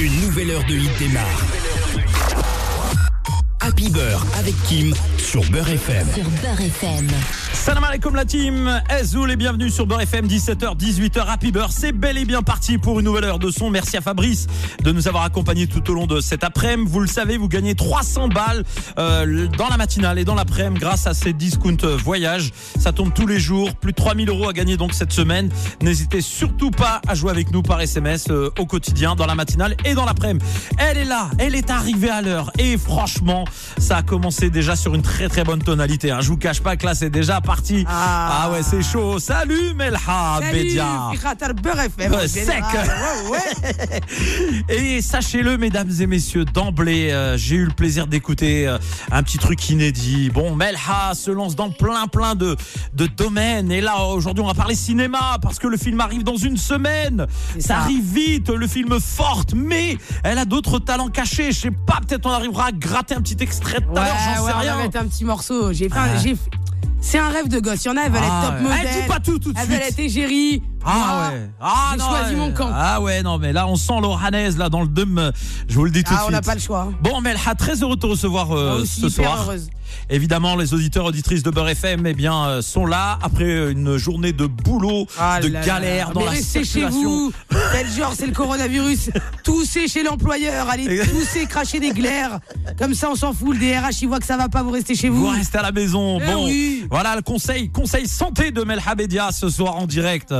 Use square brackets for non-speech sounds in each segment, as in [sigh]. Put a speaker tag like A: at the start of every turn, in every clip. A: Une nouvelle heure de hit démarre. Happy Beurre avec Kim sur Beurre FM.
B: sur Beurre FM.
C: Salam alaikum la team, Ezoul et bienvenue sur Beurre FM 17h 18h Happy Beurre. C'est bel et bien parti pour une nouvelle heure de son. Merci à Fabrice de nous avoir accompagnés tout au long de cet après-midi. Vous le savez, vous gagnez 300 balles euh, dans la matinale et dans l'après-midi grâce à ces euh, discounts voyages. Ça tombe tous les jours, plus de 3000 euros à gagner donc cette semaine. N'hésitez surtout pas à jouer avec nous par SMS euh, au quotidien dans la matinale et dans l'après-midi. Elle est là, elle est arrivée à l'heure et franchement, ça a commencé déjà sur une très très bonne tonalité. Hein. Je vous cache pas que là c'est déjà parti. Ah,
D: Ah.
C: ouais, c'est chaud. Salut Melha Bedia.
D: Salut, في خاطر بوغ اف ام
C: Ouais, Euh, sec. [laughs] Et sachez-le, mesdames et messieurs, d'emblée, euh, j'ai eu le plaisir d'écouter euh, un petit truc inédit. Bon, Melha se lance dans plein plein de, de domaines. Et là, aujourd'hui, on va parler cinéma parce que le film arrive dans une semaine.
D: C'est
C: Ça
D: ça.
C: arrive vite, le film forte, mais elle a d'autres talents cachés. Je sais pas, peut-être on arrivera à gratter un petit extrait tout à l'heure, j'en sais rien.
D: On va mettre un petit morceau. J'ai faim, j'ai f- C'est un rêve de gosse. Il y en a, elles veulent
C: Ah,
D: être top
C: ouais.
D: modèle.
C: Eh, dis pas tout tout de
D: Elles
C: suite.
D: veulent être égérie.
C: Ah
D: Moi,
C: ouais. Ah
D: j'ai
C: non,
D: choisi
C: ouais.
D: mon camp.
C: Ah ouais, non, mais là, on sent l'Oranaise, là, dans le dôme. Je vous le dis tout de
D: Ah,
C: suite.
D: on n'a pas le choix.
C: Bon, Melha, très heureux de te recevoir euh,
D: Moi aussi,
C: ce
D: hyper
C: soir.
D: heureuse.
C: Évidemment, les auditeurs, auditrices de Beurre FM, eh bien, euh, sont là après une journée de boulot,
D: Ah
C: de
D: là là.
C: galère dans
D: Mais
C: la
D: restez chez
C: circulation.
D: vous. Tel genre, c'est le
C: [laughs]
D: coronavirus. Tousser chez l'employeur. Allez, tousser, cracher des glaires. Comme ça, on s'en fout. Le DRH, il voit que ça va pas. Vous restez chez
C: Vous
D: vous.
C: restez à la maison.
D: Eh
C: bon,
D: oui.
C: voilà le conseil, conseil santé de Melha Bedia ce soir en direct.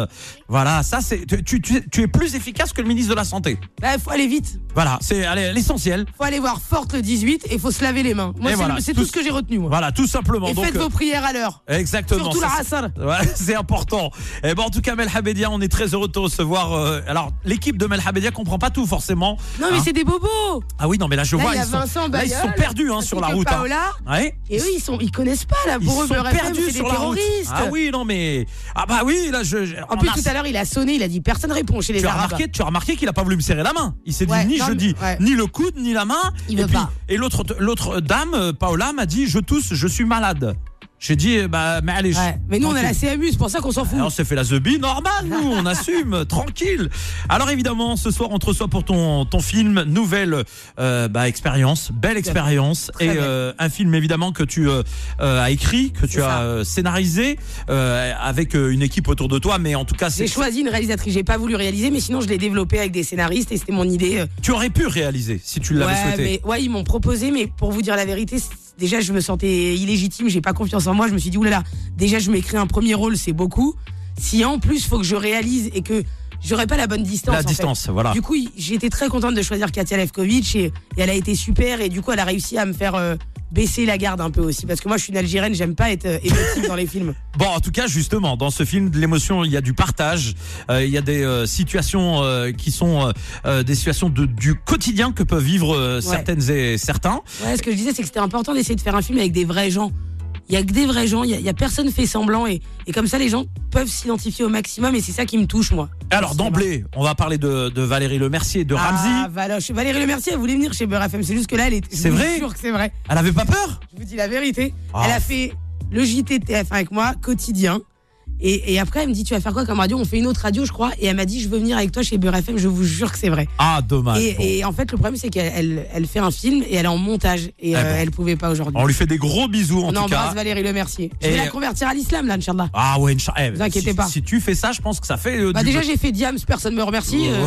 C: Voilà, ça c'est, tu, tu- tu- tu es plus efficace que le ministre de la santé.
D: Là, Bah, faut aller vite.
C: Voilà, c'est allez, l'essentiel.
D: Faut aller voir Forte le 18 et faut se laver les mains. Moi,
C: Et
D: c'est
C: voilà,
D: le- c'est tout,
C: tous-
D: ce que j'ai retenu. Moi.
C: Voilà, tout simplement.
D: et
C: Donc,
D: faites
C: euh,
D: vos prières à l'heure.
C: Exactement.
D: Surtout
C: ça,
D: la
C: c'est-
D: Hassan.
C: Ouais, [laughs] c'est important. Et ben en tout cas, Melhabedia, on est très heureux de te recevoir. Euh, alors, l'équipe de Melhabedia comprend pas tout forcément.
D: Non, mais
C: Hein.
D: c'est des bobos.
C: Ah oui, non, mais là je
D: Là,
C: vois,
D: il y a
C: ils, sont,
D: Vincent
C: là, ils
D: Bayeul,
C: sont perdus hein, sur la
D: Patrick
C: route. hein.
D: Paola.
C: Ouais.
D: Et eux, ils sont, ils connaissent pas là.
C: Ils
D: Pour
C: sont
D: eux, Beurre FM,
C: perdus
D: c'est des
C: sur la route.
D: terroristes.
C: Ah oui, non mais ah bah oui, là je. je-
D: En
C: on
D: plus,
C: a-
D: tout à l'heure, il a sonné, il a dit personne répond chez les
C: tu as
D: Arabes.
C: remarqué, tu as remarqué qu'il a pas voulu me serrer la main. Il s'est
D: Ouais,
C: dit ni
D: non,
C: je
D: mais-
C: dis
D: ouais.
C: ni le coude ni la main.
D: Il
C: et
D: veut
C: puis-
D: pas.
C: et l'autre l'autre dame euh, Paola m'a dit je tousse, je suis malade. J'ai dit eh, bah mais allez. je-
D: Ouais. Mais nous, on a la
C: tranquille.
D: CMU, c'est pour ça qu'on s'en fout.
C: Alors, on s'est fait la zebi, normal, nous, on assume, [laughs] tranquille. Alors évidemment, ce soir, on te reçoit pour ton, ton film, nouvelle euh, bah, expérience, belle expérience,
D: Très
C: et
D: belle.
C: euh, un film évidemment que tu euh, euh, as écrit, que tu
D: C'est
C: as
D: ça.
C: euh, scénarisé, euh, avec euh, une équipe autour de toi, mais en tout cas,
D: J'ai
C: c'est
D: choisi une réalisatrice, j'ai pas voulu réaliser, mais sinon je l'ai développé avec des scénaristes et c'était mon idée. euh,
C: tu aurais pu réaliser si tu l'avais
D: Ouais,
C: souhaité.
D: mais, ouais, ils m'ont proposé, mais pour vous dire la vérité, c- déjà je me sentais illégitime, j'ai pas confiance en moi. Je me suis dit, oulala, déjà je m'écris un premier rôle, c'est beaucoup. Si en plus faut que je réalise et que j'aurais pas la bonne distance.
C: La
D: en fait.
C: distance, voilà.
D: Du coup, il- j'étais très contente de choisir Katia Levkovic et, et elle a été super et du coup, elle a réussi à me faire euh, baisser la garde un peu aussi parce que moi, je suis une Algérienne, j'aime pas être euh, émotive dans les films.
C: Bon, en tout cas, justement, dans ce film de l'émotion, il y a du partage, euh, il y a des euh, situations euh, qui sont euh, euh, des situations de, du quotidien que peuvent vivre euh, certaines et certains.
D: Ouais, ce que je disais, c'est que c'était important d'essayer de faire un film avec des vrais gens. Il y a que des vrais gens, il y a, il y a personne fait semblant et, et comme ça, les gens peuvent s'identifier au maximum et c'est ça qui me touche moi.
C: Alors
D: Forcément.
C: d'emblée, on va parler de, de Valérie Lemercier, de
D: Ah,
C: Ramsey.
D: Valoche. Valérie Le Mercier, elle voulait venir chez Beurre FM. C'est juste que là, elle est. je
C: C'est
D: vous
C: vrai
D: jure que c'est vrai.
C: Elle avait pas peur
D: Je vous dis la vérité.
C: Ah.
D: Elle a fait le JT de TF1 avec moi, quotidien. Et, et après, elle me dit Tu vas faire quoi comme radio On fait une autre radio, je crois. Et elle m'a dit Je veux venir avec toi chez Beurre FM. Je vous jure que c'est vrai.
C: Ah dommage.
D: et,
C: Bon.
D: et en fait, le problème, c'est qu'elle elle, elle fait un film et elle est en montage. Et euh,
C: Ah, bon.
D: elle pouvait pas aujourd'hui.
C: On lui fait des gros bisous en
D: On
C: tout
D: embrasse
C: cas.
D: Valérie Le Mercier. Je vais
C: Et-
D: la convertir à l'islam, là, Inch'Allah.
C: Ah ouais, Inch'Allah. Eh,
D: Vous inquiétez
C: si,
D: pas.
C: si tu fais ça, je pense que ça fait. euh,
D: Bah,
C: du- Oh.
D: déjà, j'ai fait Diams, personne me remercie. euh,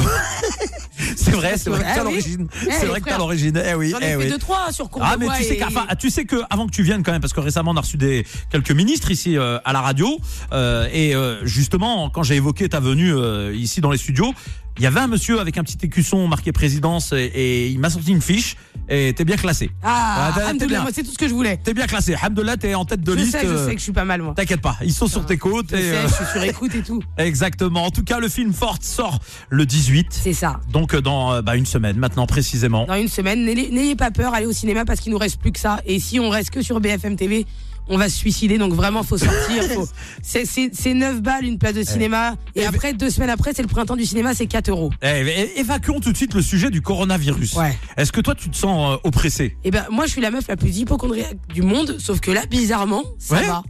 C: c'est vrai,
D: [laughs]
C: c'est vrai que
D: parce que-
C: t'as
D: eh oui.
C: l'origine.
D: Eh,
C: C'est
D: les
C: vrai que t'as
D: frères.
C: l'origine. Eh oui,
D: J'en ai
C: eh
D: fait
C: oui.
D: deux, trois sur Courbevoie.
C: Ah mais tu sais,
D: et-
C: qu'avant- tu sais que avant que tu viennes quand même parce que récemment on a reçu des quelques ministres ici euh, à la radio euh, et euh, justement quand j'ai évoqué ta venue euh, ici dans les studios il y avait un monsieur avec un petit écusson marqué présidence et, et il m'a sorti une fiche et t'es bien classé.
D: Ah,
C: Ah, t'as- t'es
D: Hamdoullah,
C: bien.
D: moi, c'est tout ce que je voulais.
C: T'es bien classé. Alhamdoulilah, t'es en tête de
D: Je
C: liste.
D: sais, je
C: euh,
D: sais que je suis pas mal, moi.
C: T'inquiète pas, ils sont sur tes côtes.
D: Je
C: et,
D: sais,
C: euh,
D: je suis sur écoute et tout.
C: exactement. En tout cas, le film Forte sort le 18.
D: C'est ça.
C: Donc euh, dans euh, bah, une semaine maintenant précisément.
D: Dans une semaine, n'ayez n'ayez pas peur, allez au cinéma parce qu'il nous reste plus que ça. Et si on reste que sur BFM TV, on va se suicider. Donc vraiment,
C: [laughs]
D: faut sortir. faut- C'est- C'est c'est 9 balles une
C: Eh.
D: place de cinéma. Et après, deux semaines après, c'est le printemps du cinéma, c'est 4 euros.
C: Eh, é- évacuons tout de suite le sujet du coronavirus.
D: Ouais.
C: Est-ce que toi tu te sens euh, oppressé
D: Et ben moi, je suis la meuf la plus hypochondriaque du monde. Sauf que là, bizarrement, ça
C: Ouais.
D: va.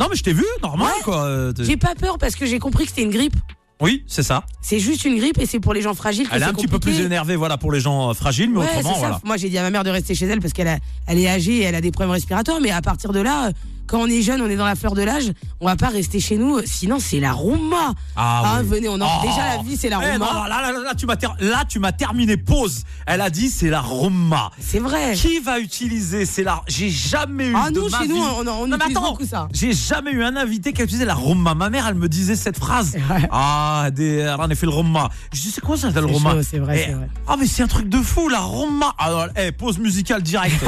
C: Non mais je t'ai vu, normal quoi. euh, t'es-
D: J'ai pas peur parce que j'ai compris que c'était une grippe.
C: Oui, c'est ça.
D: C'est juste une grippe et c'est pour les gens fragiles. que
C: Elle est
D: c'est
C: un petit peu
D: compliqué.
C: plus énervée, voilà, pour les gens euh, fragiles, mais
D: Ouais, c'est
C: autrement,
D: ça.
C: voilà.
D: Moi, j'ai dit à ma mère de rester chez elle parce qu'elle a- elle est âgée et elle a des problèmes respiratoires. Mais à partir de là, euh, quand on est jeune, on est dans la fleur de l'âge, on va pas rester chez nous. euh, Sinon, c'est la rumba.
C: oui.
D: venez, on en...
C: Oh.
D: déjà la vie, c'est la
C: Eh, non,
D: rumba.
C: non, là, là, là, là, tu m'as ter- là, tu m'as terminé. Pause. Elle a dit, c'est la Roma.
D: C'est vrai.
C: Qui va utiliser C'est la. J'ai jamais eu.
D: Ah,
C: de
D: nous,
C: ma
D: chez nous,
C: vie-
D: on- on
C: mais
D: utilise
C: attends,
D: beaucoup ça.
C: J'ai jamais eu un invité qui a utilisé la Roma. Ma mère, elle me disait cette phrase.
D: [laughs] Ouais.
C: Ah, des, en effet, le Roma. Je dis, c'est quoi ça, le
D: C'est
C: Roma
D: chaud, c'est vrai,
C: Eh,
D: c'est vrai.
C: Ah, mais c'est un truc de fou, la Roma. Alors, eh, pause musicale
D: [laughs]
C: directe.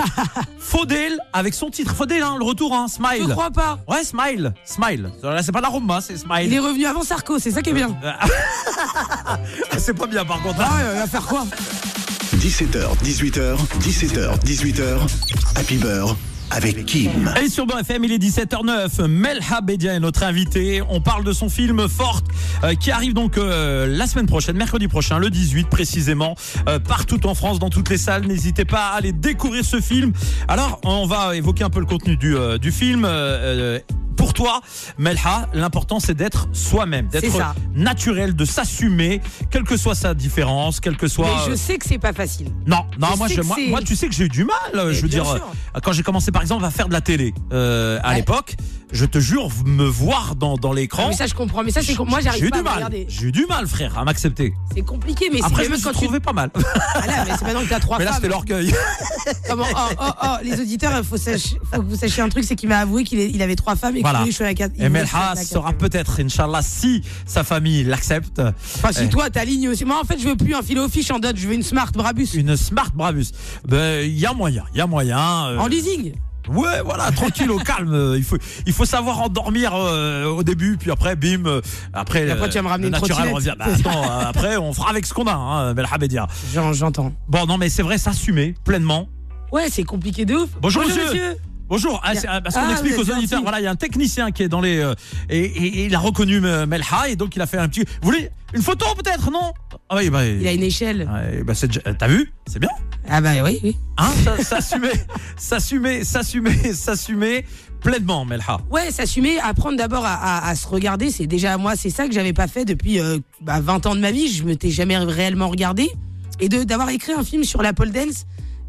C: Faudel, avec son titre. Faudel, hein, le retour, hein,
D: Je
C: Smile.
D: crois pas.
C: Ouais, Smile. Smile. Là, c'est pas la Roma, c'est Smile.
D: Il est revenu avant Sarko, c'est ça qui est bien.
C: [laughs] C'est pas bien, par contre.
D: Ah, ouais, on va faire quoi
A: 17h, 18h, 17h, 18h, Happy Beurre avec Kim.
C: Et sur BFM, il est 17h09. Melha Bedia est notre invité. On parle de son film Forte euh, qui arrive donc euh, la semaine prochaine, mercredi prochain, le 18 précisément, euh, partout en France, dans toutes les salles. N'hésitez pas à aller découvrir ce film. Alors, on va évoquer un peu le contenu du, euh, du film. Euh, euh, pour toi, Melha, l'important c'est d'être soi-même,
D: C'est
C: d'être
D: ça.
C: naturel, de s'assumer, quelle que soit sa différence, quelle que soit. euh,
D: Mais je sais que c'est pas facile.
C: Non, non,
D: Je
C: moi,
D: sais
C: je,
D: que
C: moi,
D: c'est-
C: moi, tu sais que j'ai eu du mal. euh,
D: Mais
C: Je veux
D: bien
C: dire,
D: sûr.
C: euh, quand j'ai commencé, par exemple, à faire de la télé euh, à
D: Ouais.
C: l'époque, je te jure, me voir dans, dans
D: Ah,
C: l'écran.
D: mais ça, je comprends. Mais ça, c'est com- moi,
C: j'ai
D: j'arrive
C: eu
D: pas
C: du
D: à me
C: mal.
D: regarder.
C: J'ai eu du mal, frère, à m'accepter.
D: C'est compliqué, mais
C: Après, je
D: c'est
C: me
D: même
C: suis
D: quand tu.
C: trouvé
D: [laughs]
C: pas mal.
D: Voilà, mais c'est maintenant que t'as trois
C: Mais là,
D: femmes. hein.
C: c'était l'orgueil.
D: Comment- oh, oh, oh, les auditeurs, il faut, sach- faut que vous sachiez un truc, c'est qu'il m'a avoué qu'il est- il avait trois femmes et
C: Voilà.
D: qu'il voulait que je sois la quat- [laughs] il
C: Et
D: voulait que je sois
C: Melha
D: la
C: sera
D: quatrième.
C: peut-être, Inch'Allah, si sa famille l'accepte,
D: Enfin, si
C: Eh.
D: toi, ta ligne aussi. Moi, en fait, je veux plus un filet fiche en dot, je veux une smart Brabus.
C: une Smart Bravus. Ben, Il y a moyen, il y a moyen. euh,
D: En leasing
C: Ouais, voilà, tranquille, au calme. euh, Il faut, il faut savoir endormir euh, au début, puis après, bim. euh, après,
D: Et après, tu vas me ramener
C: le
D: une
C: naturel revient.
D: trottinette.
C: Bah, attends, euh, après, on fera avec ce qu'on a, hein, Belhabedia.
D: J'en- J'entends.
C: Bon, non, mais c'est vrai, s'assumer pleinement.
D: Ouais, c'est compliqué de ouf.
C: Bonjour, monsieur. Bonjour, ah, c'est- ah, parce qu'on
D: Ah,
C: explique
D: vous êtes
C: aux auditeurs,
D: gentil.
C: voilà, il y a un technicien qui est dans les. euh, et, et- et il a reconnu euh, Melha, et donc il a fait un petit. Vous voulez une photo peut-être, non Ah oui, bah.
D: Il a une échelle.
C: ouais, bah, c'est déjà- T'as vu C'est bien
D: Ah, bah oui, oui.
C: Hein Ça- S'assumer, [laughs] s'assumer, s'assumer, s'assumer pleinement, Melha.
D: Ouais, s'assumer, apprendre d'abord à, à- à se regarder, c'est déjà moi, c'est ça que j'avais pas fait depuis euh, bah, 20 ans de ma vie. Je me t'ai jamais réellement regardé. Et de d'avoir écrit un film sur la pole dance,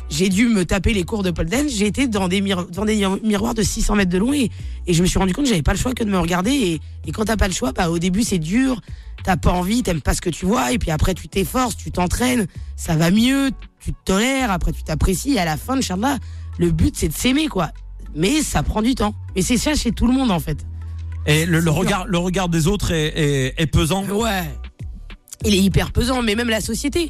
D: j'ai dû me taper les cours de pole dance. J'ai été dans des, miro- dans des miro- miroirs de 600 mètres de long et, et je me suis rendu compte que j'avais pas le choix que de me regarder. Et, et quand t'as pas le choix, bah, au début c'est dur, t'as pas envie, t'aimes pas ce que tu vois. Et puis après tu t'efforces, tu t'entraînes, ça va mieux, tu te tolères, après tu t'apprécies. Et à la fin, Inch'Allah, le but c'est de s'aimer quoi. Mais ça prend du temps. Mais c'est ça chez tout le monde en fait.
C: Et le, le regard, le regard des autres est, est- est pesant.
D: Ouais. Il est hyper pesant, mais même la société.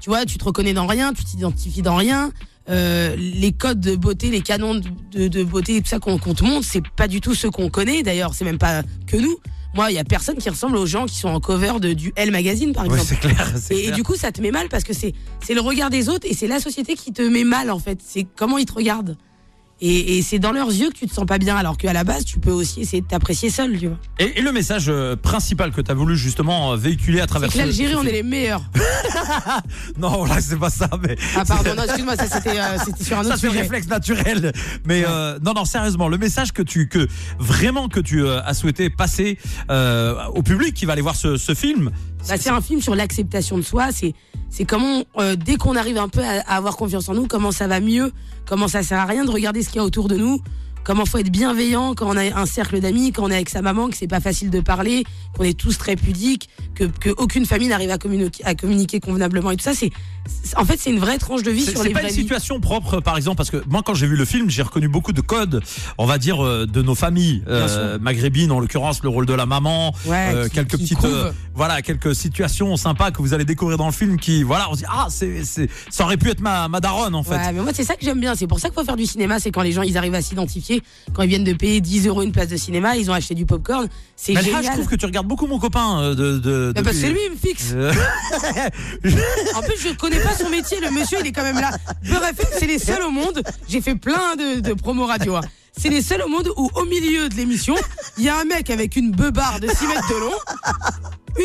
D: Tu vois, tu te reconnais dans rien, tu t'identifies dans rien. Euh, les codes de beauté, les canons de, de- de beauté, tout ça qu'on qu'on te montre, c'est pas du tout ce qu'on connaît. D'ailleurs, c'est même pas que nous. Moi, il y a personne qui ressemble aux gens qui sont en cover de, du Elle Magazine, par
C: Ouais,
D: exemple.
C: c'est clair. c'est
D: Et, et
C: clair.
D: du coup, ça te met mal parce que c'est c'est le regard des autres et c'est la société qui te met mal en fait. C'est comment ils te regardent. Et, et c'est dans leurs yeux que tu te sens pas bien, alors qu'à la base, tu peux aussi essayer de t'apprécier seul, tu vois.
C: Et- et le message euh, principal que tu as voulu justement euh, véhiculer à
D: C'est
C: travers
D: que
C: ce-
D: l'Algérie,
C: ce
D: on est
C: film-
D: les meilleurs.
C: [laughs] Non, voilà, c'est pas ça, mais.
D: Ah pardon, non, excuse-moi, ça c'était euh, c'était sur un
C: Ça
D: autre
C: c'est le
D: sujet.
C: réflexe naturel, mais euh, non non sérieusement le message que tu que vraiment que tu euh, as souhaité passer euh, au public qui va aller voir ce, ce film.
D: Bah, c'est un film sur l'acceptation de soi. C'est c'est comment euh, dès qu'on arrive un peu à, à avoir confiance en nous, comment ça va mieux, comment ça sert à rien de regarder ce qu'il y a autour de nous, comment faut être bienveillant quand on a un cercle d'amis, quand on est avec sa maman, que c'est pas facile de parler, qu'on est tous très pudiques, que, que aucune famille n'arrive à communiquer, à communiquer convenablement et tout ça. C'est c'est- en fait c'est une vraie tranche de vie
C: C'est
D: sur
C: c'est
D: les
C: pas
D: vraies
C: une
D: vies.
C: situation propre, par exemple, parce que moi, quand j'ai vu le film, j'ai reconnu beaucoup de codes, on va dire, euh, de nos familles euh, maghrébines, en l'occurrence, le rôle de la maman, euh,
D: Ouais, qui-
C: quelques
D: qui
C: petites,
D: couve.
C: voilà, quelques situations sympas que vous allez découvrir dans le film, qui, voilà, on se dit, ah, c'est, c'est- ça aurait pu être ma, ma daronne, en fait.
D: Ouais, mais moi, c'est ça que j'aime bien. C'est pour ça qu'il faut faire du cinéma. C'est quand les gens, ils arrivent à s'identifier. Quand ils viennent de payer 10 euros une place de cinéma, ils ont acheté du popcorn. C'est
C: Mais là,
D: génial.
C: Bah, je trouve que tu regardes beaucoup mon copain euh, de. de
D: Bah, parce
C: depuis-
D: que c'est lui, il me fixe.
C: Euh,
D: En plus, je connais pas son métier. Le monsieur, il est quand même là. Beurre FM, c'est les seuls au monde. J'ai fait plein de, de promos radio. hein. C'est les seuls au monde où, au milieu de l'émission, il y a un mec avec une beubarde de 6 mètres de long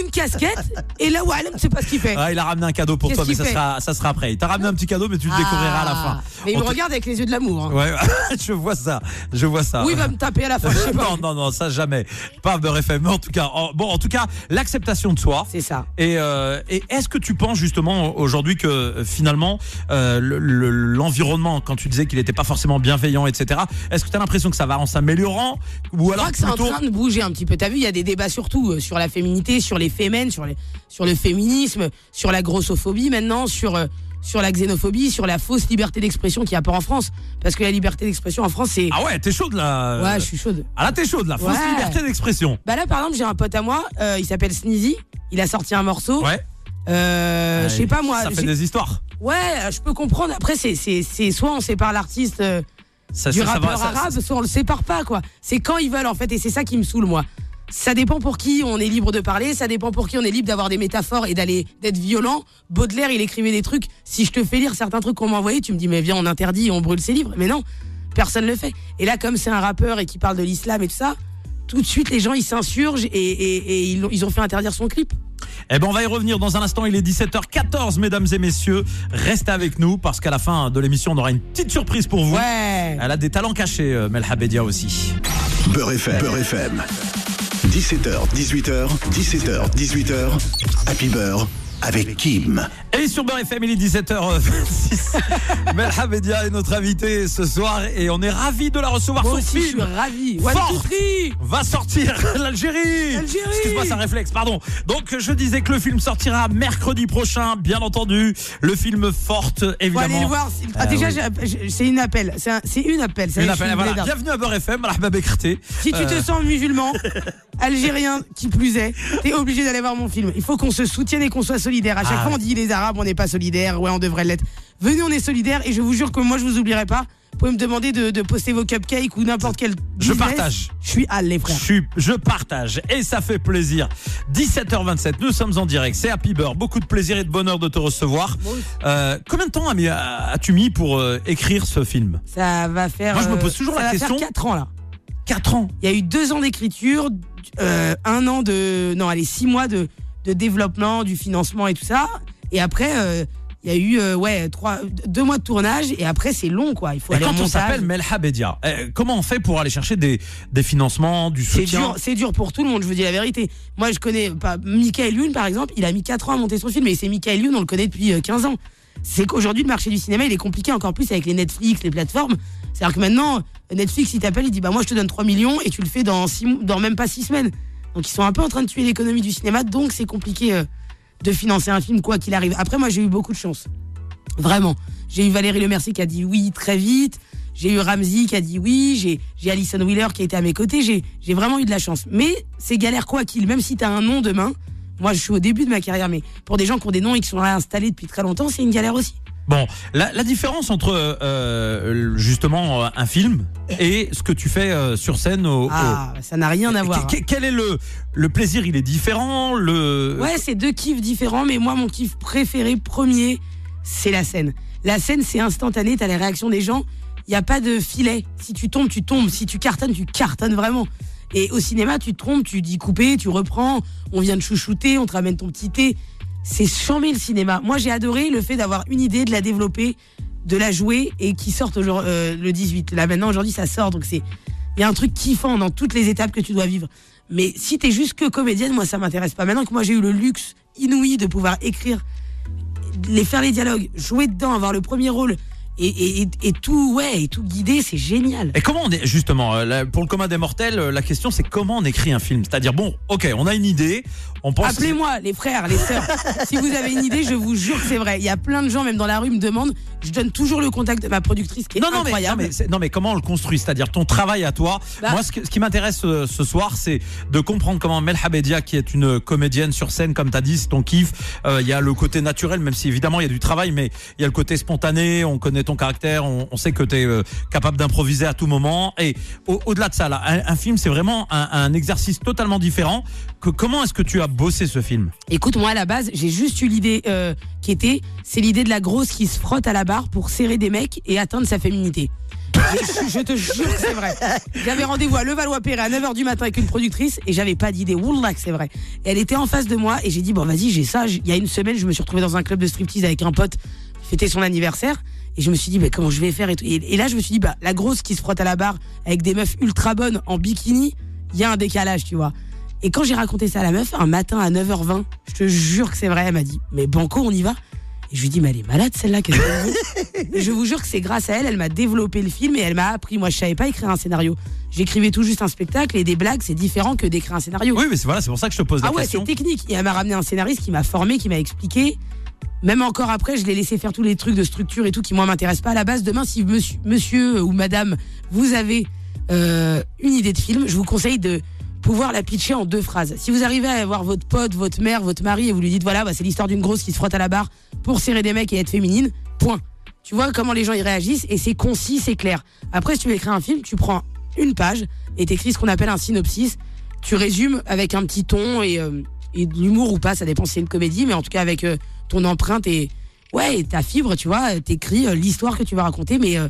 D: une casquette et là Walem, c'est pas ce qu'il fait.
C: Ah, il a ramené un cadeau pour
D: Qu'est-ce
C: toi, mais
D: qu'il
C: ça
D: fait
C: sera, ça sera après. Il t'a ramené un petit cadeau, mais tu le découvriras à la fin.
D: Ah. Mais il
C: On
D: me
C: te-
D: regarde avec les yeux de l'amour. hein.
C: Ouais, [laughs] je vois ça, je vois ça.
D: Oui, il va me taper à la fin. Je sais
C: Euh,
D: pas.
C: [laughs] non, non, non, ça jamais. Pas Beurre FM. mais En tout cas, en- bon, en tout cas, l'acceptation de soi.
D: C'est ça.
C: Et, euh, et est-ce que tu penses justement aujourd'hui que euh, finalement euh, le- le- l'environnement, quand tu disais qu'il n'était pas forcément bienveillant, etc. Est-ce que tu as l'impression que ça va en s'améliorant ou
D: Je
C: alors
D: crois que c'est en
C: plutôt
D: train de bouger un petit peu. T'as vu, il y a des débats surtout euh, sur la féminité, sur les fémènes, sur, les, sur le féminisme, sur la grossophobie maintenant, sur, euh, sur la xénophobie, sur la fausse liberté d'expression qu'il n'y a pas en France. Parce que la liberté d'expression en France, c'est.
C: ah ouais, t'es chaude là.
D: Ouais, je suis chaude.
C: Ah là, t'es chaude là. Fausse
D: Ouais.
C: liberté d'expression.
D: Bah là, par exemple, j'ai un pote à moi, euh, il s'appelle Sneezy. Il a sorti un morceau.
C: Ouais.
D: Euh, je sais pas moi.
C: Ça fait
D: j'ai-
C: des histoires.
D: Ouais, je peux comprendre. Après, c'est- c'est c'est soit on sépare l'artiste. euh,
C: Ça,
D: du
C: ça, ça va,
D: rappeur
C: ça-
D: arabe, soit on le sépare pas, quoi. C'est quand ils veulent, en fait, et c'est ça qui me saoule, moi. Ça dépend pour qui on est libre de parler, ça dépend pour qui on est libre d'avoir des métaphores et d'aller d'être violent. Baudelaire, il écrivait des trucs. Si je te fais lire certains trucs qu'on m'a envoyés, tu me dis mais viens, on interdit, on brûle ses livres. Mais non, personne le fait. Et là, comme c'est un rappeur et qui parle de l'islam et tout ça, tout de suite les gens ils s'insurgent et, et- et ils, l'ont- ils ont fait interdire son clip.
C: Eh ben, on va y revenir dans un instant. Il est 17h14, mesdames et messieurs. Restez avec nous parce qu'à la fin de l'émission, on aura une petite surprise pour vous.
D: Ouais.
C: Elle a des talents cachés, euh, Melha Bedia aussi.
A: Beurre FM. Beurre FM. 17h, 18h, 17h, 18h. Happy Beurre avec Kim.
C: Et sur Beurre FM, il est
D: [laughs]
C: 17h26. Melha Bedia est notre invitée ce soir et on est ravis de la recevoir.
D: Moi
C: Son
D: aussi, je suis
C: film
D: ravi.
C: Fort. va sortir [laughs] l'Algérie.
D: L'Algérie.
C: Excuse-moi, c'est un réflexe, pardon. Donc, je disais que le film sortira mercredi prochain, bien entendu. Le film Forte,
D: Faut
C: évidemment.
D: aller le voir. c'est- Ah,
C: Euh,
D: déjà,
C: oui.
D: j'ai- j'ai- c'est une appel. C'est un- c'est une appel. ça y
C: Une
D: est, je
C: appel-
D: suis
C: voilà.
D: blédarde.
C: Bienvenue à Beurre FM, Rahba Bekrté.
D: Si tu
C: Euh,
D: te sens
C: [laughs]
D: musulman, algérien qui plus est, t'es obligé d'aller voir mon film. Il faut qu'on se soutienne et qu'on soit solidaire. À chaque
C: Ah
D: fois,
C: ouais.
D: on dit les Arabes, on n'est pas solidaires. Ouais, on devrait l'être. Venez, on est solidaires et je vous jure que moi, je vous oublierai pas. Vous pouvez me demander de, de poster vos cupcakes ou n'importe quel.
C: Je
D: business.
C: partage.
D: Je suis à les frères.
C: Je, suis- je partage et ça fait plaisir. 17h27, nous sommes en direct. C'est Happy Beurre. Beaucoup de plaisir et de bonheur de te recevoir. Euh, combien de temps as mis- as-tu mis pour euh, écrire ce film
D: Ça va faire.
C: Moi, je me pose
D: euh,
C: toujours
D: ça
C: la
D: va
C: question.
D: Faire 4 ans là.
C: 4 ans.
D: Il y a eu deux ans d'écriture, euh, un an de. Non, allez, six mois de, de développement, du financement et tout ça. Et après, euh, il y a eu euh, ouais, trois, deux mois de tournage. Et après, c'est long, quoi. Il faut
C: Et
D: aller au
C: quand on
D: montage.
C: s'appelle Melha Bedia, euh, comment on fait pour aller chercher des, des financements, du
D: C'est
C: soutien
D: dur, c'est dur pour tout le monde, je vous dis la vérité. Moi, je connais pas Michael Youn, par exemple, il a mis 4 ans à monter son film, et c'est Michael Youn, on le connaît depuis euh, 15 ans. C'est qu'aujourd'hui, le marché du cinéma, il est compliqué encore plus avec les Netflix, les plateformes. C'est-à-dire que maintenant, Netflix, il t'appelle, il dit Bah, moi, je te donne 3 millions, et tu le fais dans, six mois- dans même pas 6 semaines. Donc, ils sont un peu en train de tuer l'économie du cinéma, donc c'est compliqué euh, de financer un film, quoi qu'il arrive. Après, moi, j'ai eu beaucoup de chance. Vraiment. J'ai eu Valérie Lemercier qui a dit oui très vite. J'ai eu Ramsey qui a dit oui. J'ai- J'ai Alison Wheeler qui était à mes côtés. J'ai- J'ai vraiment eu de la chance. Mais c'est galère quoi qu'il. Même si t'as un nom demain, moi je suis au début de ma carrière, mais pour des gens qui ont des noms et qui sont là installés depuis très longtemps, c'est une galère aussi.
C: Bon, la, la différence entre euh, euh, justement euh, un film et ce que tu fais euh, sur scène au. au-
D: Ah, ça n'a rien à voir.
C: Que- que- Quel est le le plaisir Il est différent. Le
D: Ouais, c'est deux kiffs différents, mais moi, mon kiff préféré, premier, c'est la scène. La scène, c'est instantané, t'as les réactions des gens, il n'y a pas de filet. Si tu tombes, tu tombes. Si tu cartonnes, tu cartonnes vraiment. Et au cinéma, tu te trompes, tu dis couper, tu reprends, on vient de chouchouter, on te ramène ton petit thé. C'est chambé le cinéma. Moi, j'ai adoré le fait d'avoir une idée, de la développer, de la jouer et qui sorte aujourd'hui- euh, le 18. Là, maintenant, aujourd'hui, ça sort, donc c'est. Il y a un truc kiffant dans toutes les étapes que tu dois vivre. Mais si t'es juste que comédienne, moi ça m'intéresse pas. Maintenant que moi j'ai eu le luxe inouï de pouvoir écrire, les faire les dialogues, jouer dedans, avoir le premier rôle et, et- et- et tout, ouais, et tout guider, c'est génial.
C: Et comment on est justement euh, là, pour le commun des mortels euh, la question c'est comment on écrit un film c'est-à-dire bon ok on a une idée on pense
D: Appelez-moi les frères,
C: [laughs]
D: les sœurs. si vous avez une idée, je vous jure que c'est vrai. Il y a plein de gens, même dans la rue, me demandent. Je donne toujours le contact de ma productrice qui est
C: non non mais, non,
D: incroyable.
C: mais c'est- non, mais comment on le construit c'est-à-dire ton travail à toi
D: Bah-
C: moi ce, que- ce qui m'intéresse euh, ce soir c'est de comprendre comment Mel Habedia qui est une comédienne sur scène comme t'as dit c'est ton kiff Euh, il y a le côté naturel même si évidemment il y a du travail mais il y a le côté spontané on connaît ton caractère on, on sait que t'es es capable d'improviser à tout moment et au- au-delà de ça là un, un film c'est vraiment un, un exercice totalement différent que comment est-ce que tu as bossé ce film
D: Écoute, moi à la base, j'ai juste eu l'idée euh, qui était, c'est l'idée de la grosse qui se frotte à la barre pour serrer des mecs et atteindre sa féminité. Je, je te jure que c'est vrai. J'avais rendez-vous à Levallois-Perret à 9h du matin avec une productrice et j'avais pas d'idée. Wallah que c'est vrai. Et elle était en face de moi et j'ai dit bon vas-y j'ai ça. J'ai- Il y a une semaine je me suis retrouvé dans un club de striptease avec un pote fêter son anniversaire et je me suis dit mais comment je vais faire et, tout. Et- et là je me suis dit bah la grosse qui se frotte à la barre avec des meufs ultra bonnes en bikini, il y a un décalage tu vois. Et quand j'ai raconté ça à la meuf un matin à 9h20, je te jure que c'est vrai, elle m'a dit mais banco on y va. Et je lui dis mais elle est malade celle-là qu'est-ce qu'elle veut et je vous jure que c'est grâce à elle, elle m'a développé le film et elle m'a appris. Moi, je savais pas écrire un scénario. J'écrivais tout juste un spectacle et des blagues, c'est différent que d'écrire un scénario.
C: Oui, mais c'est voilà, c'est pour ça que je te pose la
D: ah ouais,
C: question.
D: c'est technique. Et elle m'a ramené un scénariste qui m'a formé, qui m'a expliqué. Même encore après, je l'ai laissé faire tous les trucs de structure et tout qui, moi, m'intéresse pas. À la base, demain, si monsieur, monsieur ou madame, vous avez euh, une idée de film, je vous conseille de pouvoir la pitcher en deux phrases. Si vous arrivez à avoir votre pote, votre mère, votre mari et vous lui dites voilà, bah, c'est l'histoire d'une grosse qui se frotte à la barre pour serrer des mecs et être féminine, point. Tu vois comment les gens y réagissent et c'est concis, c'est clair. Après, si tu veux écrire un film, tu prends une page et t'écris ce qu'on appelle un synopsis. Tu résumes avec un petit ton et, euh, et de l'humour ou pas, ça dépend si c'est une comédie, mais en tout cas avec euh, ton empreinte et ouais, et ta fibre, tu vois, euh, t'écris euh, l'histoire que tu vas raconter, mais euh,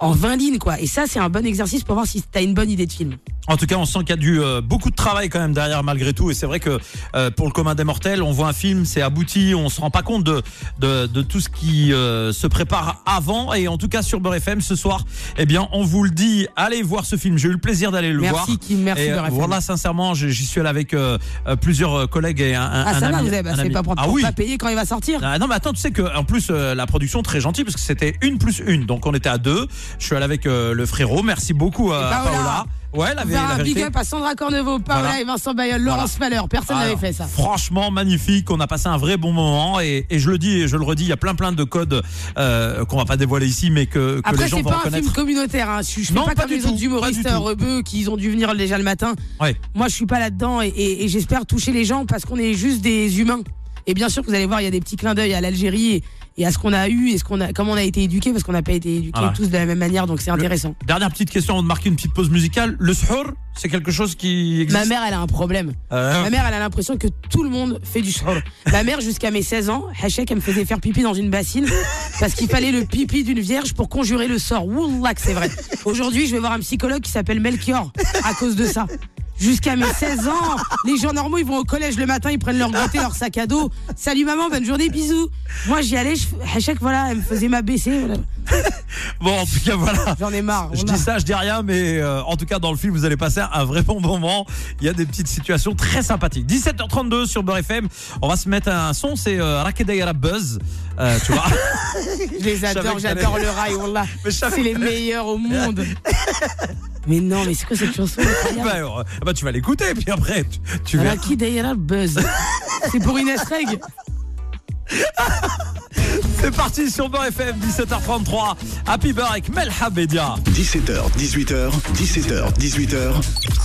D: en 20 lignes quoi. Et ça, c'est un bon exercice pour voir si t'as une bonne idée de film.
C: En tout cas, on sent qu'il y a du euh, beaucoup de travail quand même derrière malgré tout. Et c'est vrai que euh, pour le commun des mortels, on voit un film, c'est abouti, on se rend pas compte de de, de tout ce qui euh, se prépare avant. Et en tout cas sur Beurre FM ce soir, eh bien, on vous le dit, allez voir ce film. J'ai eu le plaisir d'aller le voir.
D: Merci Kim, merci
C: Et
D: de
C: euh,
D: répondre.
C: voilà, sincèrement, j'ai- j'y suis allé avec euh, euh, plusieurs euh, collègues et un, un-
D: Ah
C: un
D: ça va,
C: ami.
D: vous avez
C: un
D: bah, c'est
C: ami.
D: pas pour,
C: ah
D: pour
C: oui.
D: pas payer quand il va sortir.
C: Ah, non mais attends tu sais que en plus euh, la production très gentille parce que c'était une plus une donc on était à deux je suis allé avec euh, le frérot merci beaucoup à
D: Et
C: Paola
D: Paola.
C: ouais la,
D: On
C: vé-
D: verra
C: Ah, la
D: un big
C: vérité
D: up à Sandra Corneveau, Paola
C: Voilà.
D: et Vincent Bayol, Laurence Malheur, personne
C: Ah,
D: n'avait
C: non.
D: fait ça.
C: Franchement magnifique, on a passé un vrai bon moment et, et je le dis et je le redis, il y a plein plein de codes euh, qu'on va pas dévoiler ici mais que, que les
D: Après,
C: gens
D: c'est
C: vont
D: pas un film
C: reconnaître.
D: communautaire. Hein. Je, je fais
C: Non,
D: pas,
C: pas
D: comme
C: du
D: les
C: tout,
D: autres humoristes
C: pas du tout.
D: rebeux qui ils ont dû venir déjà le matin.
C: Ouais.
D: Moi, je suis pas là-dedans et, et- et j'espère toucher les gens parce qu'on est juste des humains. Et bien sûr, vous allez voir, il y a des petits clins d'œil à l'Algérie et, et à ce qu'on a eu et ce qu'on a, comment on a été éduqués parce qu'on n'a pas été éduqués
C: Voilà.
D: tous de la même manière, donc c'est intéressant.
C: Dernière petite question avant de marquer une petite pause musicale, le suhoor, c'est quelque chose qui existe
D: Ma mère, elle a un problème.
C: Euh,
D: Ma mère, elle a l'impression que tout le monde fait du shrub. Ma mère, jusqu'à mes 16 ans, Hachek, elle me faisait faire pipi dans une bassine parce qu'il fallait le pipi d'une vierge pour conjurer le sort. Wallah que c'est vrai. Aujourd'hui, je vais voir un psychologue qui s'appelle Melchior à cause de ça. Jusqu'à mes 16 ans, les gens normaux, ils vont au collège le matin, ils prennent leur goûter, leur sac à dos. Salut maman, bonne journée, bisous. Moi, j'y allais, je... Hachek, voilà, elle me faisait m'abaisser. voilà.
C: Bon, en tout cas
D: [laughs]
C: voilà.
D: J'en ai marre.
C: Je
D: wallah.
C: dis ça, je dis rien, mais euh, en tout cas dans le film vous allez passer un vrai bon moment. Il y a des petites situations très sympathiques. 17h32 sur Beurre FM, on va se mettre un son, c'est euh, Rakeday Arab Buzz, Euh, tu
D: [laughs]
C: vois. [laughs]
D: Je les
C: savais
D: adore,
C: que t'allais-
D: j'adore le rail, [laughs] wallah.
C: Mais je savais
D: C'est les meilleurs au monde. [laughs] Mais non, mais c'est quoi cette chanson incroyable
C: bah, alors, euh, bah, tu vas l'écouter puis après tu, tu verras.
D: Raki Dayana
C: [laughs]
D: Buzz. C'est pour Inès Reg.
C: C'est parti sur Beurre FM, 17h33. Happy Beurre avec Melha Bedia.
A: 17h, 18h, 17h, 18h.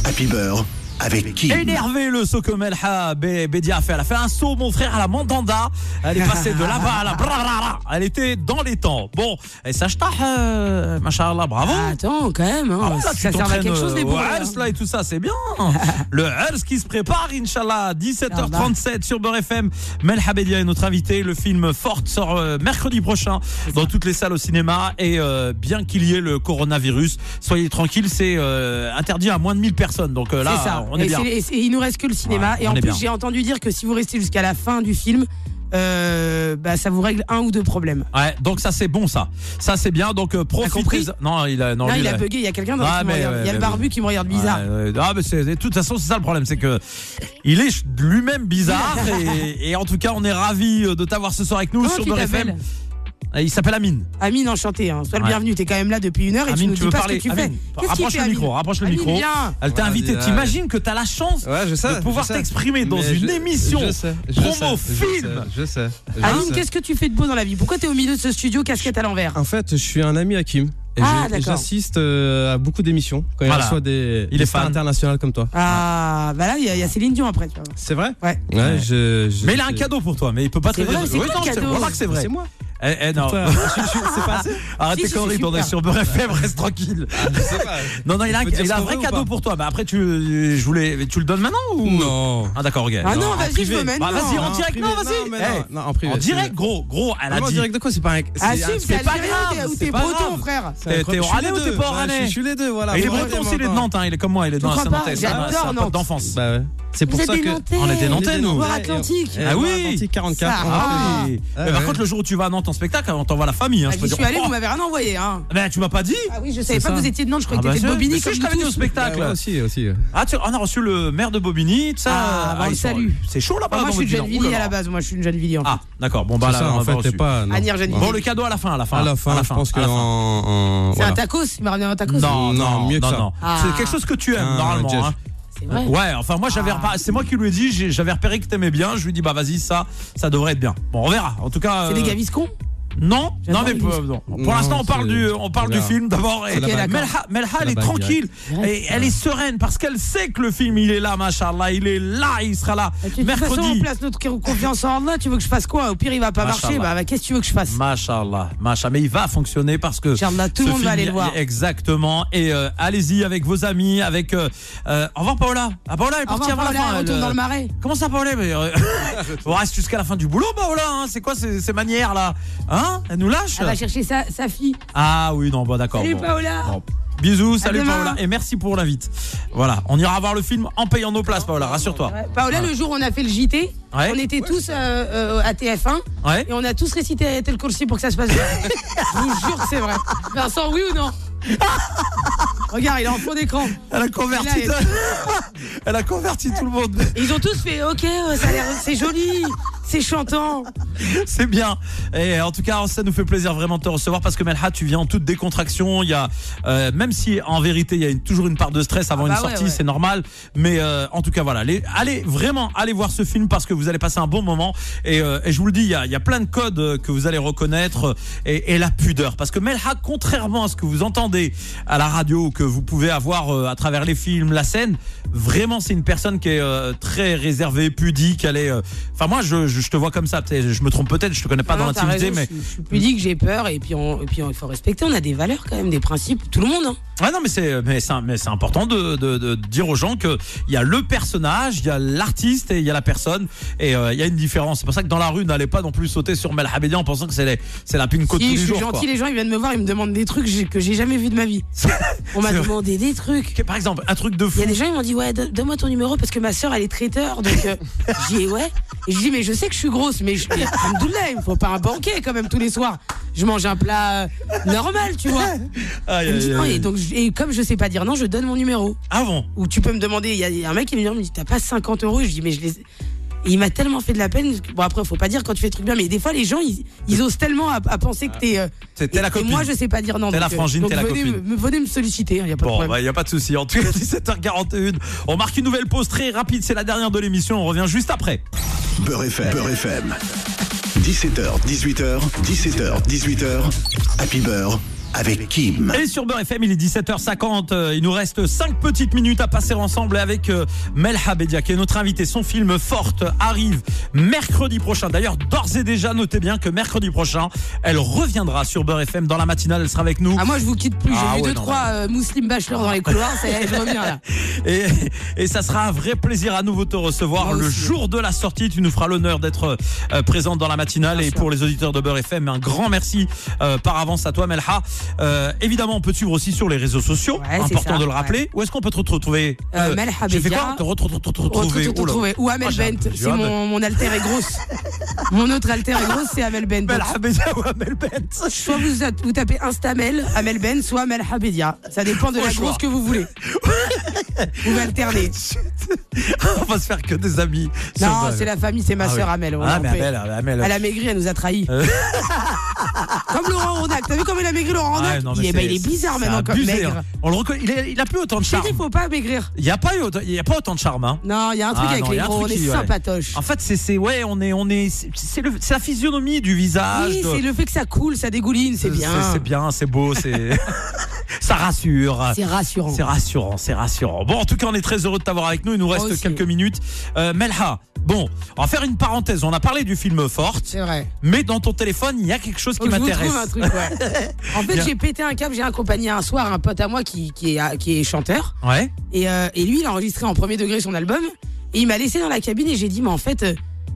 A: Happy Beurre avec qui
C: Énervé le saut que Melha Be- Bedia a fait. Elle a fait un saut, mon frère, à la mandanda. Elle est passée de là-bas à la brarara. Elle était dans les temps. Bon, et ça, je t'en, euh, machallah, bravo.
D: Ah, attends, quand même. Hein,
C: Ah ouais, là, tu
D: ça sert à
C: t'entraînes,
D: quelque chose,
C: euh,
D: les Ah,
C: au
D: bourrées.
C: Hers,
D: hein.
C: là et tout ça, c'est bien.
D: [laughs]
C: le Hers qui se prépare, Inch'Allah, 17h37 sur Beurre FM. Mel Habedia est notre invité. Le film Forte sort euh, mercredi prochain dans toutes les salles au cinéma. Et euh, bien qu'il y ait le coronavirus, soyez tranquille, c'est euh, interdit à moins de 1000 personnes. Donc euh, là,
D: C'est ça.
C: on est
D: Et
C: bien.
D: c'est- et c'est- il nous reste que le cinéma.
C: Ouais,
D: et
C: on
D: en
C: est
D: plus,
C: bien.
D: j'ai entendu dire que si vous restez jusqu'à la fin du film, euh, bah, ça vous règle un ou deux problèmes.
C: Ouais, donc ça, c'est bon, ça. Ça, c'est bien. Donc euh, profitez.
D: compris
C: Non, il a, non,
D: là,
C: lui,
D: il a
C: il a-
D: bugué. Il y a quelqu'un dans
C: Ah,
D: qui me
C: mais
D: regarde.
C: ouais,
D: Il y a
C: mais
D: le barbu
C: bon.
D: qui me regarde bizarre.
C: Ouais, ouais. Ah, mais c'est- de toute façon, c'est ça le problème, c'est que il est lui-même
D: [laughs]
C: bizarre. et, et en tout cas, on est ravis euh, de t'avoir ce soir avec nous
D: Comment
C: sur
D: tu
C: Beurre FM.
D: t'appelles
C: Euh, Il s'appelle Amine.
D: Amine, enchanté. hein. Sois le
C: Ouais.
D: bienvenu. T'es quand même là depuis une heure et tu
C: Amine,
D: nous
C: tu
D: dis
C: veux
D: pas
C: parler
D: ce que tu fais.
C: Amine,
D: Qu'est-ce qu'il
C: rapproche
D: fait,
C: le
D: Amine
C: micro, rapproche le
D: Amine,
C: micro.
D: viens.
C: Elle t'a
B: Ouais,
C: invité.
B: vas-y,
C: T'imagines que t'as la chance
B: Ouais, je sais.
C: de pouvoir
B: je sais.
C: t'exprimer dans
B: Mais
C: une
B: je-
C: émission
B: Je sais. Je
C: promo
B: sais,
C: film.
B: Je sais. je sais, je
D: Amine,
B: sais.
D: qu'est-ce que tu fais de beau dans la vie Pourquoi t'es au milieu de ce studio casquette à l'envers
B: En fait, je suis un ami à Kim. Et
D: Ah,
B: je- et
D: d'accord.
B: j'assiste euh, à beaucoup d'émissions quand
C: Voilà.
B: il reçoit des,
C: Il
B: des
C: est
B: stars
C: fan.
B: internationales comme toi.
D: Ah, bah là, il y, a- il y a Céline Dion après, tu vois.
B: C'est vrai
D: Ouais.
B: Ouais, je, je-
C: Mais il a un
B: c'est-
C: cadeau pour toi, mais il peut pas te
D: C'est
C: le dire.
D: vrai, c'est
C: Oui,
D: quoi
C: non,
D: le
C: c'est-
D: cadeau
C: voilà que c'est vrai.
B: C'est moi.
C: Eh, eh, non. [laughs]
B: Toi, je- je- C'est pas assez
C: Arrête
D: Si,
C: tes
D: si,
C: conneries,
D: c'est
C: on est
D: super.
C: sur Beurre FM, reste tranquille.
B: Je sais pas.
C: Non, non, il a un,
B: Tu peux dire
C: il a un
B: ce qu'on
C: vrai
B: veut ou
C: cadeau
B: pas
C: pour toi. Bah après, tu, je voulais, tu le donnes maintenant ou
B: Non.
C: Ah d'accord, ok.
D: Ah
C: Non.
D: non,
B: en
D: vas-y, je
B: privé.
D: me mène.
C: Bah,
D: non.
C: vas-y, en
B: Non,
C: direct.
B: privé,
C: Non, vas-y.
B: mais
C: Eh,
B: non, non, en privé.
C: En direct, gros, gros, elle a
B: Comment en
C: dit.
B: direct de quoi C'est pas un.
D: Ah
B: c'est
D: si,
B: un-
D: c'est
C: pas
D: algérien
C: grave,
D: ou
C: c'est
D: t'es
C: pas
D: breton,
C: grave.
D: frère.
B: c'est un-
C: t'es
B: je suis
C: oranais
B: les
C: ou t'es
B: deux.
C: pas
B: Ouais,
C: oranais
B: je suis- Je suis les deux, voilà.
C: Ah, il est
B: Moi,
C: breton
B: vraiment
C: aussi, il est de
B: pas.
C: Nantes, hein, il est comme moi, il est dans
D: crois
C: la
D: pas
C: Nantes, c'est un-
D: J'adore
C: c'est un pote
D: Nantes.
C: d'enfance.
B: Bah ouais. C'est pour
D: Vous êtes
B: ça
D: des
B: que.
D: Nantais.
C: On est des Nantais, nous.
D: Atlantique.
B: Eh,
C: Ah oui.
B: Atlantique 44.
D: Ça
B: on
D: va.
B: rappelle.
C: Ah,
D: Ah.
C: oui. Mais
B: Ouais,
C: par
B: ouais.
C: contre, le jour où tu vas à Nantes en spectacle, on t'envoie la famille. Hein,
D: Ah,
C: je peux
D: J'y
C: dire.
D: suis allé,
C: Oh,
D: vous m'avez rien envoyé. Hein.
C: ben, tu m'as pas dit
D: Ah oui, je savais
C: C'est
D: pas
C: ça.
D: que vous étiez de Nantes, je croyais
C: Ah,
D: que
C: bah,
D: t'étais de
C: je-
D: Bobigny
C: mais si,
D: comme
C: je t'avais
D: nous
C: dit au
D: tous.
C: spectacle.
B: Ouais, ouais, aussi, aussi. ouais.
C: Ah, tu- on a reçu le maire de Bobigny, tout ça.
D: Ah, bah, on
C: ils
D: le
C: sont-
D: salue.
C: C'est chaud là-bas.
D: Bah, moi,
C: dans
D: je suis de
C: votre ville,
D: Gennevilliers à
C: hein.
D: la base. Moi, je suis une Gennevillier. En fait.
C: Ah, d'accord. Bon, bah
B: C'est
C: là,
B: ça,
C: on
B: en
C: va
B: fait, t'es
C: reçu.
B: pas. non.
D: À Nir Gennevillier.
C: Bon, le cadeau à la fin, à la fin.
B: À la fin, je pense que.
C: à la fin.
B: en- en-
D: C'est un
B: voilà.
D: tacos, il m'a revenu un tacos.
C: Non,
B: Non,
C: non,
B: mieux que
C: non,
B: ça.
C: non.
D: Ah.
C: C'est quelque chose que tu aimes
B: Ah,
C: normalement.
B: Jess.
C: hein.
D: c'est vrai.
C: Ouais, enfin moi j'avais
D: Ah.
C: repas- c'est moi qui lui ai dit, j'ai- j'avais repéré que t'aimais bien, je lui ai dit bah vas-y ça, ça devrait être bien. Bon on verra. En tout cas,
D: C'est des
C: euh,
D: gaviscons
C: Non, non
D: J'adore
C: mais
D: les
C: peu-
D: biscuits.
C: non. pour
B: Non,
C: l'instant on parle
B: c'est-
C: du, on parle
B: on
C: du
B: verra.
C: film d'abord. et
D: la bagarre.
C: Melha, Melha,
B: C'est
C: elle
B: la
C: est
B: bagarre.
C: tranquille,
D: Direct.
C: et elle est sereine parce qu'elle sait que le film il est là, machallah, il est là, il sera là
D: De toute façon, on
C: mercredi.
D: place notre confiance en Allah. Tu veux que je fasse quoi Au pire, il va pas marcher.
C: Machallah.
D: Bah, bah, qu'est-ce que tu veux que je fasse
C: Machallah, machallah, mais il va fonctionner parce que
D: Inch'Allah, tout
C: ce
D: le monde va
C: film,
D: aller le voir.
C: Exactement. Et euh, allez-y avec vos amis, avec. euh, euh, au revoir Paola. Ah Paola elle est
D: Au
C: partie
D: revoir,
C: avant la
D: Paola,
C: fin.
D: on
C: elle,
D: tourne dans
C: euh,
D: le marais.
C: Comment ça, Paola mais,
D: [laughs]
C: euh, [laughs] On reste jusqu'à la fin du boulot, Paola. hein. c'est quoi ces, ces manières là Hein Elle nous lâche
D: Elle va chercher sa, sa fille.
C: Ah oui, non, bon, d'accord.
D: Ah bah, Salut
C: bon.
D: Paola
C: Bon. Bisous, salut
D: demain.
C: Paola et merci pour l'invite. Voilà, on ira voir le film en payant nos places, Paola, rassure-toi.
D: Ouais, Paola, Bah, le jour où on a fait le JT,
C: Ouais.
D: on était tous euh, euh, à TF1
C: Ouais.
D: et on a tous récité Ayat El Kursi pour que ça se passe bien. Je vous jure que c'est vrai. Vincent, oui ou non Regarde, il est en fond d'écran.
C: Elle a converti,
D: Il a-
C: [laughs] elle a converti tout le monde.
D: Et Ils ont tous fait OK, ouais, ça a l'air- c'est joli, c'est chantant.
C: [laughs] C'est bien. Et en tout cas, ça nous fait plaisir vraiment de te recevoir parce que Melha, tu viens en toute décontraction. Il y a, euh, même si en vérité, il y a une- toujours une part de stress avant
D: Ah bah
C: une
D: ouais,
C: sortie,
D: ouais.
C: c'est normal. Mais euh, en tout cas, voilà. Les- allez vraiment, allez voir ce film parce que vous allez passer un bon moment. Et, euh, et je vous le dis, il y a, il y a plein de codes euh, que vous allez reconnaître euh, et, et la pudeur. Parce que Melha, contrairement à ce que vous entendez à la radio ou que vous pouvez avoir euh, à travers les films, la scène, vraiment, c'est une personne qui est euh, très réservée, pudique. Elle est. euh, Enfin, moi, je, je, je te vois comme ça. peut-être, Je me trompe peut-être. Je te connais pas dans
D: Non, t'as
C: l'intimité,
D: raison,
C: mais
D: je, suis- je suis pudique, j'ai peur et puis on- et puis on- il faut respecter. On a des valeurs quand même, des principes, tout le monde. hein.
C: Ah non, mais c'est mais c'est mais c'est important de, de, de dire aux gens que il y a le personnage, il y a l'artiste et il y a la personne et euh, il y a une différence. C'est pour ça que dans la rue, n'allez pas non plus sauter sur Mel Habedia en pensant que c'est les- c'est la pinko de
D: Si
C: tous les
D: je suis
C: jours.
D: gentil,
C: quoi.
D: les gens ils viennent me voir, ils me demandent des trucs j'ai- que j'ai jamais vu de ma vie. On m'a
C: C'est vrai.
D: demandé des trucs.
C: Par exemple, un truc de
D: Il
C: fou.
D: y a des gens, ils m'ont dit, ouais, don- donne-moi ton numéro parce que ma soeur, elle est traiteur. Donc,
C: [laughs]
D: euh, j'ai dit, ouais. Et je dis, mais je sais que je suis grosse, mais je, mais, alhamdoulilah, il me faut pas un banquet quand même tous les soirs. Je mange un plat euh, normal, tu
C: [laughs]
D: vois.
C: Aïe,
D: Elle me dit,
C: aïe,
D: non,
C: aïe.
D: et, donc, je- et comme je sais pas dire non, je donne mon numéro.
C: Ah bon
D: Ou tu peux me demander, il y a- il y, a un mec qui me dit, il me dit, t'as pas 50 euros Je dis, mais je les. Et il m'a tellement fait de la peine. Bon, après, faut pas dire quand tu fais des trucs bien, mais des fois, les gens, ils, ils osent tellement à, à penser que t'es. euh,
C: T'es- Ah. t'es
D: et-
C: la
D: et
C: copine.
D: moi, je sais pas dire non.
C: T'es la
D: donc, euh,
C: frangine,
D: donc
C: t'es la
D: venez,
C: copine.
D: me- venez me solliciter, il y a pas
C: Bon, il
D: de problème.
C: bah, n'y a pas de souci. En tout cas, [laughs] 17h41, on marque une nouvelle pause très rapide. C'est la dernière de l'émission. On revient juste après.
A: Beurre FM. Beurre FM. 17h, 18h, 17h, 18h. Happy Beurre avec Kim.
C: Et sur Beurre FM, il est 17h50. euh, Il nous reste 5 petites minutes à passer ensemble avec euh, Melha Bedia, qui est notre invité. Son film Forte arrive mercredi prochain. D'ailleurs, d'ores et déjà, notez bien que mercredi prochain, elle reviendra sur Beurre FM dans la matinale. Elle sera avec nous.
D: Ah moi je vous quitte plus, j'ai
C: Ah
D: vu
C: ouais,
D: deux
C: non,
D: trois euh, Muslim Bachelor dans les couloirs, ça y est, je reviens là.
C: Et, et ça sera un vrai plaisir à nouveau te recevoir.
D: Moi
C: le
D: aussi.
C: jour de la sortie, tu nous feras l'honneur d'être euh, présente dans la matinale.
D: Bien
C: et
D: sûr.
C: pour les auditeurs de Beurre FM, un grand merci euh, par avance à toi, Melha. Euh, évidemment, on peut te suivre aussi sur les réseaux sociaux.
D: Ouais, c'est
C: Important
D: ça,
C: de le rappeler. Où est-ce qu'on peut te retrouver
D: Euh, Melha
C: J'ai fait quoi
D: Bedia.
C: Te re- te- te- te- te- retrouver.
D: Retrouve-
C: Oh là.
D: retrouver. Ou
C: Ah,
D: Amel
C: j'ai un peu
D: Bent,
C: du
D: c'est
C: hâte.
D: mon, mon alter est grosse. mon autre alter est grosse, c'est Amel Bent. Donc,
C: Oh Melha Bedia ou Amel Bent
D: Soit vous, at- vous tapez Instamel, Amel Ben, soit Amel Habedia. Ça dépend de
C: Au
D: la
C: choix.
D: grosse que vous
C: [laughs]
D: voulez. vous pouvez alterner.
C: On va se faire que des amis. sur
D: Non,
C: Beurre.
D: c'est la famille, c'est ma
C: Ah oui.
D: sœur Amel. on
C: Ah,
D: l'a
C: mais
D: en paix.
C: Amel, Amel.
D: Elle a maigri, elle nous a trahis.
C: Euh.
D: [laughs] comme Laurent Rondac. T'as vu comme elle a maigri Laurent
C: Ah Ouais,
D: Rondac
C: non, mais
D: il, est, bah,
C: c'est-
D: il est bizarre
C: c'est
D: maintenant comme
C: abusé,
D: maigre.
C: hein. On le reconnaît. Il, est- il a plus autant de
D: Je t'ai dit,
C: charme.
D: faut pas maigrir.
C: Il n'y a pas eu autant- il y a pas autant de charme. hein.
D: Non, il y a un truc
C: Ah,
D: avec
C: non, il y
D: les
C: a un
D: gros, on
C: truc
D: est
C: qui- ouais.
D: sympatoche.
C: En fait, c'est c'est- ouais, on est on est c'est- c'est le c'est la physionomie du visage.
D: Oui,
C: de- Euh,
D: c'est le fait que ça coule, ça dégouline, c'est bien. [laughs]
C: C'est bien, c'est beau, c'est Ça rassure.
D: C'est rassurant.
C: C'est rassurant, c'est rassurant. Bon, en tout cas, on est très heureux de t'avoir avec nous. Il nous
D: Moi
C: reste
D: aussi.
C: quelques minutes. Euh, Melha, bon, on va faire une parenthèse. On a parlé du film Forte,
D: C'est vrai.
C: mais dans ton téléphone, il y a quelque chose
D: Faut
C: qui
D: que Oh, je vous trouve un
C: m'intéresse. [laughs]
D: truc, ouais. En fait,
C: Bien.
D: j'ai pété un câble, j'ai accompagné un soir un pote à moi qui, qui, est, qui est chanteur.
C: Ouais.
D: Et, euh, et lui, il a enregistré en premier degré son album. Et il m'a laissé dans la cabine et j'ai dit, mais en fait, euh,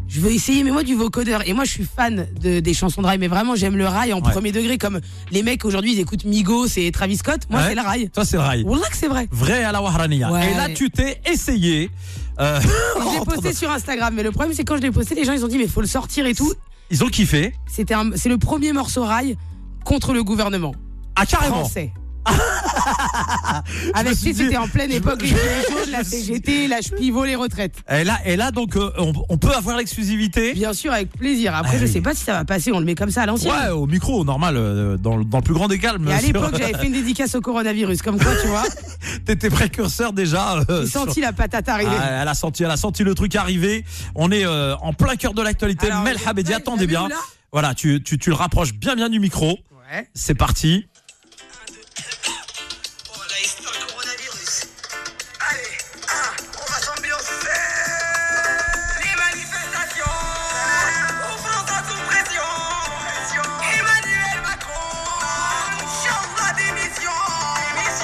D: je veux essayer, mais moi, du vocodeur. Et moi, je suis fan de, des chansons de rail, mais vraiment, j'aime le rail en
C: Ouais.
D: premier degré. Comme les mecs aujourd'hui, ils écoutent Migos et Travis Scott. Moi,
C: Ouais.
D: c'est le rail.
C: Toi, c'est le rail.
D: Wallah que c'est vrai.
C: Vrai à la Wahrania.
D: Ouais.
C: Et là, tu t'es essayé. Euh,
D: Je
C: [laughs]
D: l'ai posté sur Instagram, mais le problème, c'est quand je l'ai posté, les gens, ils ont dit, mais faut le sortir et tout.
C: Ils ont kiffé.
D: C'était un- C'est le premier morceau rail contre le gouvernement.
C: Ah, carrément.
D: français.
C: [laughs] Je me
D: Avec
C: suis
D: si
C: dit-
D: c'était en pleine
C: je me-
D: époque, les gilets jaunes,
C: je me
D: la
C: suis-
D: CGT, la pivot, les retraites.
C: Et là, et là donc, euh, on, on peut avoir l'exclusivité.
D: Bien sûr, avec plaisir. Après,
C: Ah
D: je
C: oui.
D: sais pas si ça va passer, on le met comme ça à l'ancienne.
C: Ouais, au micro, au normal, euh, dans, le- dans le plus grand des calmes.
D: Mais à
C: sur-
D: l'époque, j'avais fait une dédicace au coronavirus, comme quoi, tu vois,
C: [laughs] T'étais précurseur déjà. euh,
D: j'ai
C: sur-
D: senti la patate arriver.
C: Ah, elle a senti, elle a senti le truc arriver. On est euh, en plein cœur de l'actualité.
D: Alors,
C: Mel Habedi,
D: ouais,
C: attendez
D: la
C: bien.
D: Mel, là
C: Voilà, tu, tu, tu le rapproches bien bien du micro.
D: Ouais.
C: C'est parti.
E: Oh la histoire du coronavirus. Allez, un, on va s'ambiancer. Les manifestations. On prendra sous pression. Emmanuel Macron. Change la démission.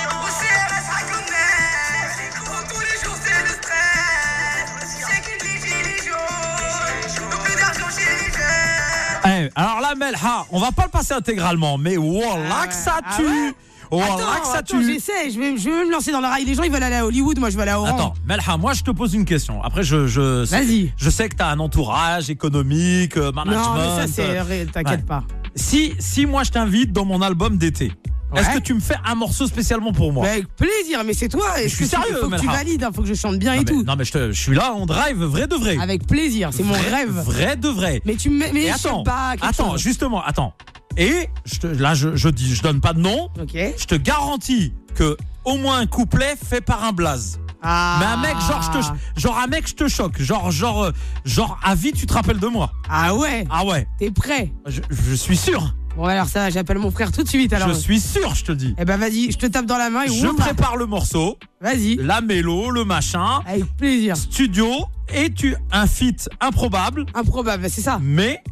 E: Au CRS à Gonesse. Comme tous les jours, c'est le stress. C'est qu'une vie gilets jaunes. Donc plus d'argent chez les jeunes.
C: Eh, alors là, Mel Ha, on va pas le passer intégralement, mais voilà
D: Ah ouais.
C: que ça
D: Ah
C: tue.
D: ouais
C: Voilà
D: Attends,
C: que ça
D: attends,
C: tue.
D: j'essaie, je vais, je vais me lancer dans le rail. Les gens, ils veulent aller à Hollywood, moi, je vais aller à Oran.
C: Attends, Melha, moi je te pose une question. Après, je, je,
D: Vas-y.
C: je sais que t'as un entourage économique, euh, management.
D: Non, mais ça,
C: euh,
D: c'est. ré- T'inquiète
C: ouais.
D: pas.
C: Si, si moi je t'invite dans mon album d'été, est-ce
D: Ouais.
C: que tu me fais un morceau spécialement pour moi
D: Bah, avec plaisir, mais c'est toi.
C: Je
D: Est-ce
C: suis
D: que tu-
C: sérieux,
D: Faut que tu
C: Melha.
D: valides, hein, faut que je chante bien
C: non,
D: et
C: mais,
D: tout.
C: non, mais je, te- je suis là en drive, vrai de vrai.
D: Avec plaisir, c'est mon
C: Vrai-
D: rêve.
C: Vrai de vrai.
D: Mais tu me mais
C: Et
D: je sais
C: attends,
D: pas quelque
C: attends,
D: chose.
C: justement, attends. Et je te- là, je, je dis, je donne pas de nom.
D: Ok.
C: Je te garantis que au moins un couplet fait par un blaze.
D: Ah.
C: Mais un mec, genre, je te, genre un mec, je te choque. Genre, genre, euh, genre, à vie, tu te rappelles de moi.
D: Ah ouais.
C: Ah ouais,
D: T'es prêt
C: je, je suis sûr.
D: Bon alors ça, j'appelle mon frère tout de suite alors.
C: je suis sûr, je te dis.
D: Eh ben vas-y, je te tape dans la main et
C: Je
D: on part.
C: prépare le morceau,
D: Vas-y.
C: la mélo, le machin,
D: Avec plaisir.
C: studio, et tu un feat improbable,
D: Improbable, c'est ça.
C: mais,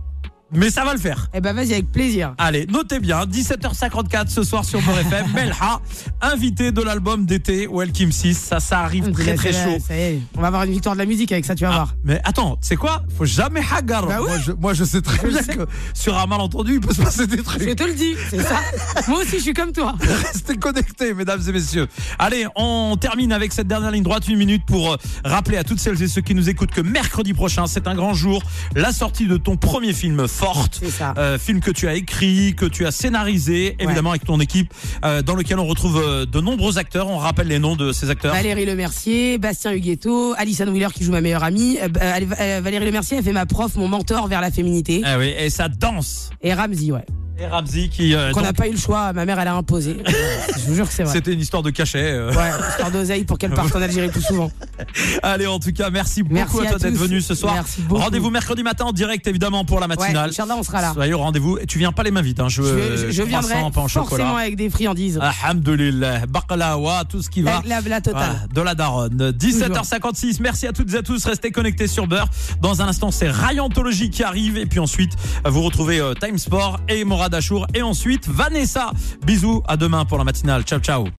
C: mais ça va le faire.
D: Eh ben vas-y avec plaisir.
C: Allez, notez bien, 17h54 ce soir sur Beurre
D: [laughs]
C: FM, Melha, invité de l'album d'été Welcome 6. Ça, ça arrive très très
D: Ça y est,
C: chaud.
D: Ça y est, on va avoir une victoire de la musique avec ça, tu vas
C: Ah,
D: voir.
C: mais attends, c'est quoi Faut jamais hagar.
D: Bah ouais.
B: Moi, je, moi, je sais très
C: Je
B: bien
C: sais.
B: que sur un malentendu, il peut se passer des
D: Je
B: trucs.
D: te le dis, c'est
C: [laughs]
D: ça. Moi aussi, je suis comme toi.
C: Restez connectés, mesdames et messieurs. Allez, on termine avec cette dernière ligne droite, une minute pour euh, rappeler à toutes celles et ceux qui nous écoutent que mercredi prochain, c'est un grand jour, la sortie de ton premier film Forte.
D: C'est ça.
C: Euh, film que tu as écrit, que tu as scénarisé, évidemment avec ton équipe, euh, dans lequel on retrouve euh, de nombreux acteurs. On rappelle les noms de ces acteurs.
D: Valérie Lemercier, Bastien Huguetto, Alison Wheeler qui joue ma meilleure amie. Euh, bah, euh, Valérie Lemercier, elle fait ma prof, mon mentor vers la féminité.
C: Ah oui, et ça danse.
D: Et Ramsey, ouais.
C: Et Ramzi qui. euh,
D: Qu'on
C: donc,
D: n'a pas eu le choix, ma mère, elle a imposé.
C: [laughs]
D: je vous jure que c'est vrai.
C: C'était une histoire de cachet. euh.
D: Ouais, histoire d'oseille pour qu'elle parte en Algérie plus souvent.
C: [laughs] Allez, en tout cas, merci beaucoup
D: Merci
C: à
D: à
C: toi d'être
D: tous.
C: venu ce soir.
D: Merci beaucoup.
C: Rendez-vous mercredi matin en direct, évidemment, pour la
D: Ouais,
C: matinale.
D: Inch'Allah, on sera là.
C: Soyez au rendez-vous. Et tu viens pas les mains vides. Hein. Je,
D: Je, je- je
C: croissant,
D: viendrai
C: pain au
D: forcément
C: chocolat. Ah,
D: avec des friandises.
C: Alhamdulillah. Baklawa, tout ce qui
D: la,
C: va.
D: la, la totale.
C: Voilà, de la daronne. 17h56. Merci à toutes et à tous. Restez connectés sur Beurre. Dans un instant, c'est Rayantologie qui arrive. Et puis ensuite, vous retrouvez euh, Time Sport et Morad Achour. Et ensuite, Vanessa. Bisous. À demain pour la matinale. Ciao, ciao.